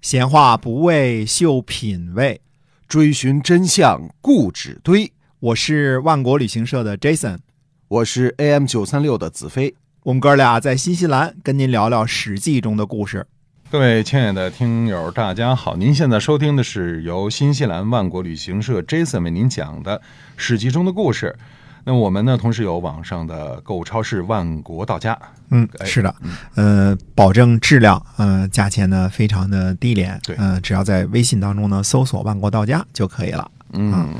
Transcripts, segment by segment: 闲话不为秀品味，追寻真相固执堆。我是万国旅行社的 Jason，我是 AM 九三六的子飞。我们哥俩在新西兰跟您聊聊《史记》中的故事。各位亲爱的听友，大家好！您现在收听的是由新西兰万国旅行社 Jason 为您讲的《史记》中的故事。那我们呢，同时有网上的购物超市万国到家。嗯，哎是的，呃，保证质量，呃，价钱呢非常的低廉，对嗯、只要在微信当中呢搜索“万国到家”就可以了。嗯，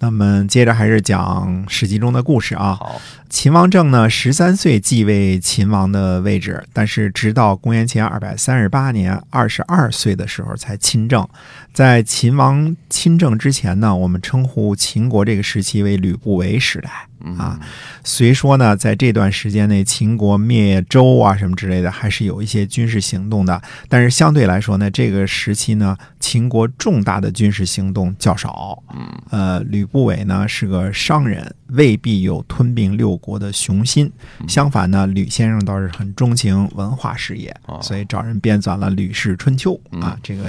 那么接着还是讲《史记》中的故事啊。好，秦王政呢，十三岁继位秦王的位置，但是直到公元前二百三十八年，二十二岁的时候才亲政。在秦王亲政之前呢，我们称呼秦国这个时期为吕不韦时代啊。虽说呢，在这段时间内，秦国灭周啊什么之类的，还是有一些军事行动的，但是相对来说呢，这个时期呢，秦国重大的军事行动较少。呃，吕不韦呢是个商人，未必有吞并六国的雄心。嗯相反呢，吕先生倒是很钟情文化事业，哦嗯所以找人编纂了《吕氏春秋》啊，这个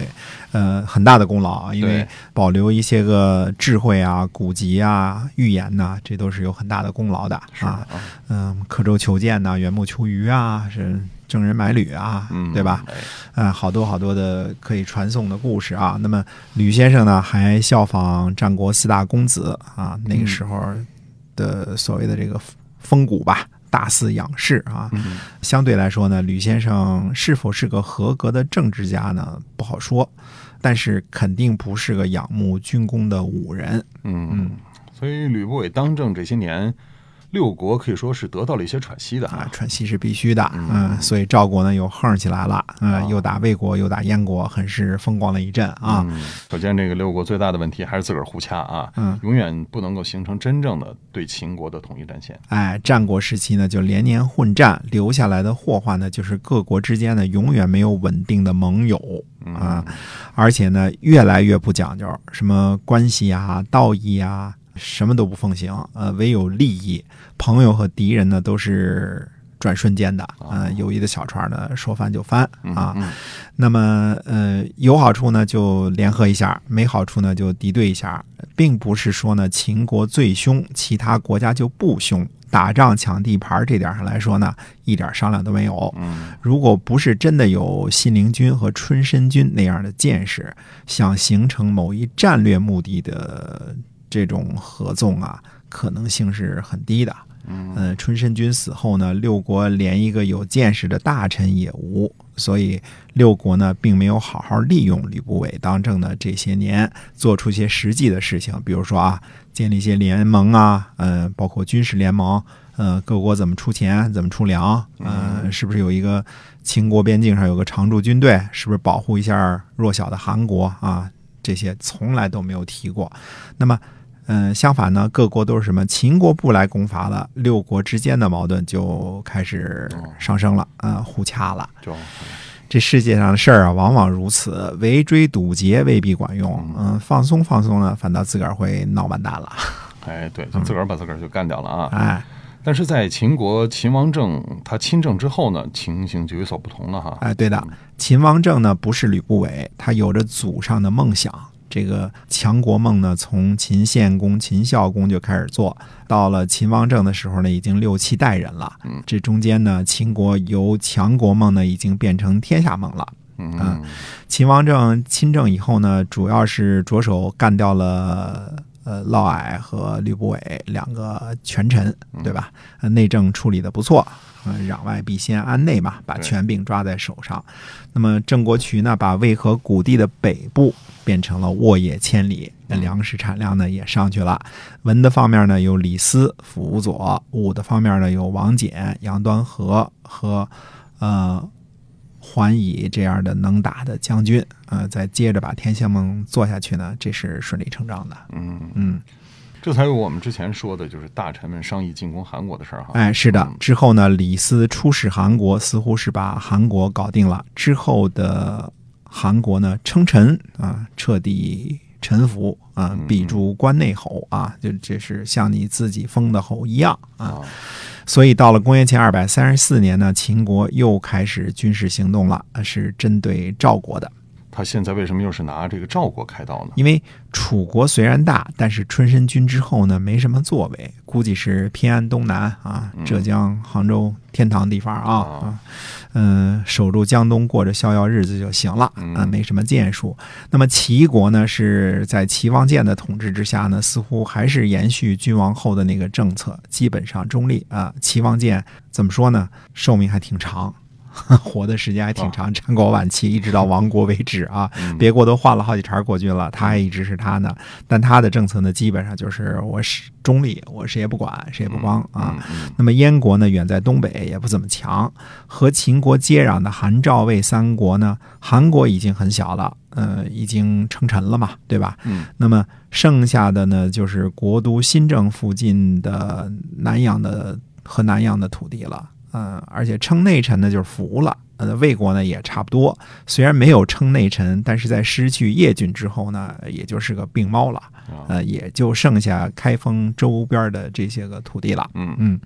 呃很大的功劳啊，因为对保留一些个智慧啊、古籍啊、寓言呐、这都是有很大的功劳的啊。嗯，刻舟求剑呐、缘木求鱼啊，是郑人买履啊，嗯，对吧？哎？啊，好多好多的可以传颂的故事啊。那么吕先生呢，还效仿战国四大公子啊，那个时候的所谓的这个风骨吧，大肆仰视啊。嗯相对来说呢，吕先生是否是个合格的政治家呢，不好说，但是肯定不是个仰慕军功的武人。嗯，所以吕不韦当政这些年，六国可以说是得到了一些喘息的啊啊，。喘息是必须的，嗯嗯，所以赵国呢又横起来了，啊嗯，又打魏国，又打燕国，很是风光了一阵啊。嗯，可见这个六国最大的问题还是自个儿互掐啊，嗯永远不能够形成真正的对秦国的统一战线。哎，战国时期呢，就连年混战，留下来的祸患呢，就是各国之间呢永远没有稳定的盟友嗯啊，而且呢越来越不讲究什么关系啊、道义啊，什么都不奉行，呃，唯有利益，朋友和敌人呢都是转瞬间的，呃，友谊的小船呢说翻就翻啊。哦嗯那么呃，有好处呢就联合一下，没好处呢就敌对一下，并不是说呢秦国最凶，其他国家就不凶。打仗抢地盘这点上来说呢，一点商量都没有。嗯如果不是真的有信陵君和春申君那样的见识，想形成某一战略目的的这种合纵啊，可能性是很低的。嗯呃，春申君死后呢，六国连一个有见识的大臣也无，所以六国呢并没有好好利用吕不韦当政的这些年，做出些实际的事情，比如说啊，建立一些联盟啊，呃，包括军事联盟，呃，各国怎么出钱，怎么出粮，呃，是不是有一个秦国边境上有个常驻军队，是不是保护一下弱小的韩国啊？这些从来都没有提过。那么嗯，相反呢，各国都是什么？秦国不来攻伐了，六国之间的矛盾就开始上升了，啊、互掐了。就这世界上的事儿啊，往往如此，围追堵截未必管用，嗯、放松放松呢，反倒自个儿会闹完蛋了。哎，对，就自个儿把自个儿就干掉了啊。哎但是在秦国秦王政他亲政之后呢，情形就有所不同了哈。嗯哎，对的，秦王政呢不是吕不韦，他有着祖上的梦想。这个强国梦呢，从秦献公、秦孝公就开始做，到了秦王政的时候呢，已经六七代人了。嗯这中间呢，秦国由强国梦呢，已经变成天下梦了。嗯嗯秦王政亲政以后呢，主要是着手干掉了呃嫪毐和吕不韦两个权臣，对吧？呃内政处理的不错，呃攘外必先安内嘛，把对权柄抓在手上。那么郑国渠呢，把渭河谷地的北部变成了沃野千里，那粮食产量呢也上去了。文的方面呢有李斯、辅吴左，武的方面呢有王翦、杨端和和呃桓乙这样的能打的将军，呃，再接着把天下梦做下去呢，这是顺理成章的。嗯，嗯，这才有我们之前说的，就是大臣们商议进攻韩国的事儿哈。哎，是的嗯。之后呢，李斯出使韩国，似乎是把韩国搞定了。之后的韩国呢，称臣啊，彻底臣服啊，嗯比诸关内侯啊，就这是像你自己封的侯一样啊。啊，所以到了公元前二百三十四年呢，秦国又开始军事行动了，呃是针对赵国的。他现在为什么又是拿这个赵国开刀呢？因为楚国虽然大，但是春申君之后呢，没什么作为，估计是偏安东南啊，浙江、杭州、天堂地方啊，啊啊嗯、守住江东，过着逍遥日子就行了，嗯啊，没什么建树。那么齐国呢，是在齐王建的统治之下呢，似乎还是延续君王后的那个政策，基本上中立啊。齐王建怎么说呢？寿命还挺长。 活的时间还挺长，战国晚期一直到亡国为止啊，嗯别国都换了好几茬国君了，他还一直是他呢。但他的政策呢，基本上就是我是中立，我谁也不管，谁也不帮啊。嗯嗯那么燕国呢，远在东北，也不怎么强。和秦国接壤的韩、赵、魏三国呢，韩国已经很小了，呃，已经称臣了嘛，对吧？嗯那么剩下的呢，就是国都新郑附近的南阳的和南阳的土地了。嗯，而且称内臣呢就是服了。呃，魏国呢也差不多，虽然没有称内臣，但是在失去叶郡之后呢，也就是个病猫了。啊呃，也就剩下开封周边的这些个土地了。嗯嗯，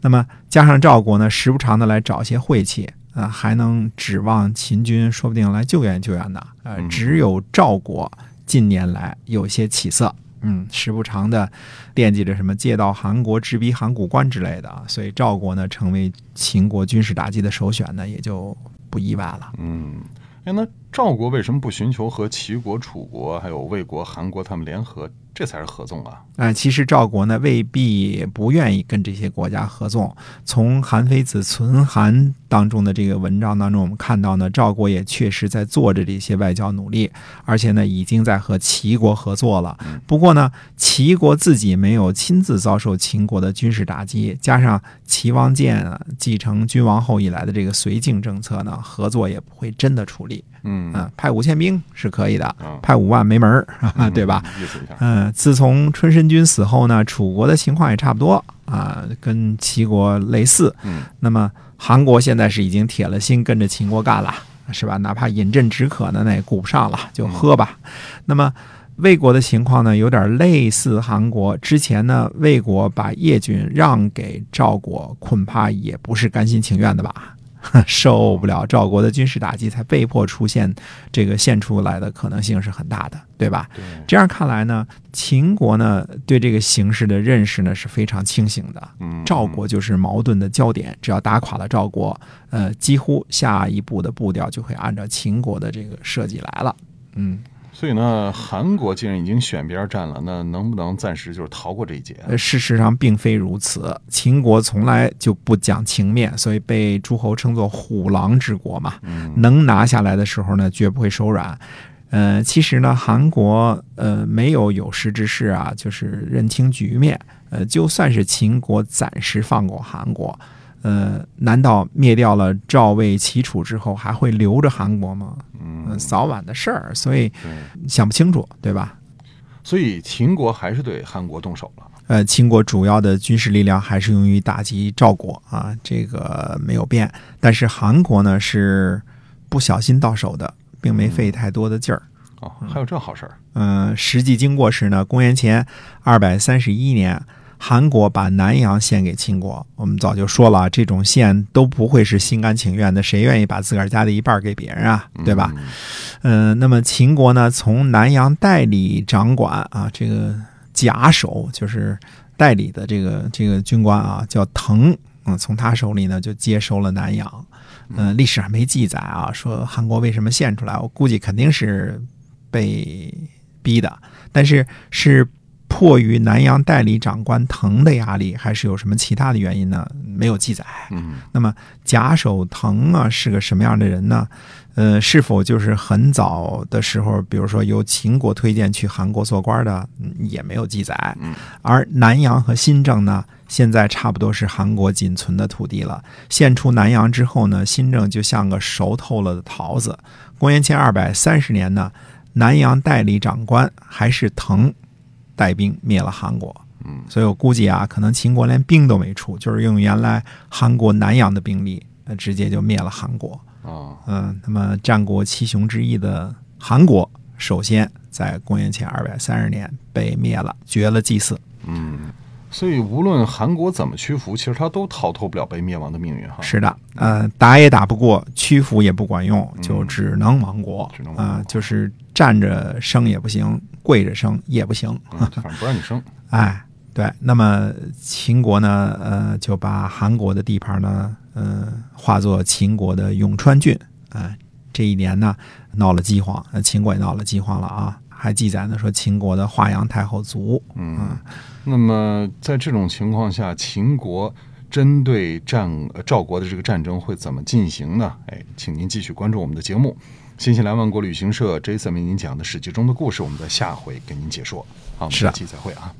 那么加上赵国呢，时不常的来找些晦气啊、还能指望秦军说不定来救援救援呢。呃，嗯只有赵国近年来有些起色。嗯，时不常的惦记着什么借道韩国、直逼函谷关之类的啊，所以赵国呢成为秦国军事打击的首选呢，也就不意外了。嗯，哎，那赵国为什么不寻求和齐国、楚国还有魏国、韩国他们联合？这才是合纵啊！哎，其实赵国呢未必不愿意跟这些国家合纵。从韩非子《存韩》当中的这个文章当中，我们看到呢，赵国也确实在做着这些外交努力，而且呢，已经在和齐国合作了嗯。不过呢，齐国自己没有亲自遭受秦国的军事打击，加上齐王建啊继承君王后以来的这个绥靖政策呢，合作也不会真的处理。嗯嗯，派五千兵是可以的，啊派五万没门儿，啊， 对吧？？嗯意思一下，嗯，自从春申君死后呢，楚国的情况也差不多啊，跟齐国类似。嗯那么韩国现在是已经铁了心跟着秦国干了，是吧？哪怕饮鸩止渴呢，那也顾不上了，就喝吧。嗯那么魏国的情况呢，有点类似韩国。之前呢，魏国把叶军让给赵国，恐怕也不是甘心情愿的吧。 受不了赵国的军事打击，才被迫出现这个献出来的可能性是很大的，对吧？对，这样看来呢，秦国呢对这个形势的认识呢是非常清醒的。嗯赵国就是矛盾的焦点，只要打垮了赵国，呃，几乎下一步的步调就会按照秦国的这个设计来了。嗯，所以呢，韩国既然已经选边站了，那能不能暂时就是逃过这一劫？呃，事实上并非如此。秦国从来就不讲情面，所以被诸侯称作“虎狼之国”嘛。嗯能拿下来的时候呢，绝不会手软。呃，其实呢，韩国呃没有有识之士啊，就是认清局面。呃，就算是秦国暂时放过韩国，呃，难道灭掉了赵、魏、齐、楚之后，还会留着韩国吗？嗯嗯，，早晚的事儿，所以对，想不清楚，对吧？所以秦国还是对韩国动手了。呃，秦国主要的军事力量还是用于打击赵国啊，这个没有变。但是韩国呢是不小心到手的，并没费太多的劲儿。哦，还有这好事儿，嗯，实际经过是呢，公元前二百三十一年，韩国把南阳献给秦国。我们早就说了，这种献都不会是心甘情愿的，谁愿意把自个儿家的一半儿给别人啊？对吧？嗯？嗯，那么秦国呢，从南阳代理掌管啊，这个甲首就是代理的这个这个军官啊，叫滕，嗯，从他手里呢就接收了南阳。嗯，历史上没记载啊，说韩国为什么献出来，我估计肯定是被逼的，但是是。迫于南阳代理长官滕的压力，还是有什么其他的原因呢？没有记载。嗯那么贾守腾啊是个什么样的人呢？呃，是否就是很早的时候，比如说由秦国推荐去韩国做官的，嗯也没有记载。嗯而南阳和新郑呢，现在差不多是韩国仅存的土地了。献出南阳之后呢，新郑就像个熟透了的桃子。公元前二百三十年呢，南阳代理长官还是滕带兵灭了韩国。嗯，所以我估计啊，可能秦国连兵都没出，就是用原来韩国南阳的兵力，呃，直接就灭了韩国。啊，嗯，那么战国七雄之一的韩国，首先在公元前二百三十年被灭了，绝了祭祀。嗯，所以无论韩国怎么屈服，其实他都逃脱不了被灭亡的命运哈。是的，呃，打也打不过，屈服也不管用，就只能亡国嗯只能啊、亡国就是站着生也不行，跪着生也不行。嗯，反正不让 你生。哎，对，那么秦国呢，呃，就把韩国的地盘呢，呃，化作秦国的永川郡。啊、这一年呢，闹了饥荒，呃，秦国也闹了饥荒了啊。还记载呢，说秦国的华阳太后啊卒，嗯，那么在这种情况下，秦国针对战呃赵国的这个战争会怎么进行呢？哎，请您继续关注我们的节目。新西兰万国旅行社 Jason 为您讲的《史记》中的故事，我们在下回给您解说。好，我们是啊下期再会啊。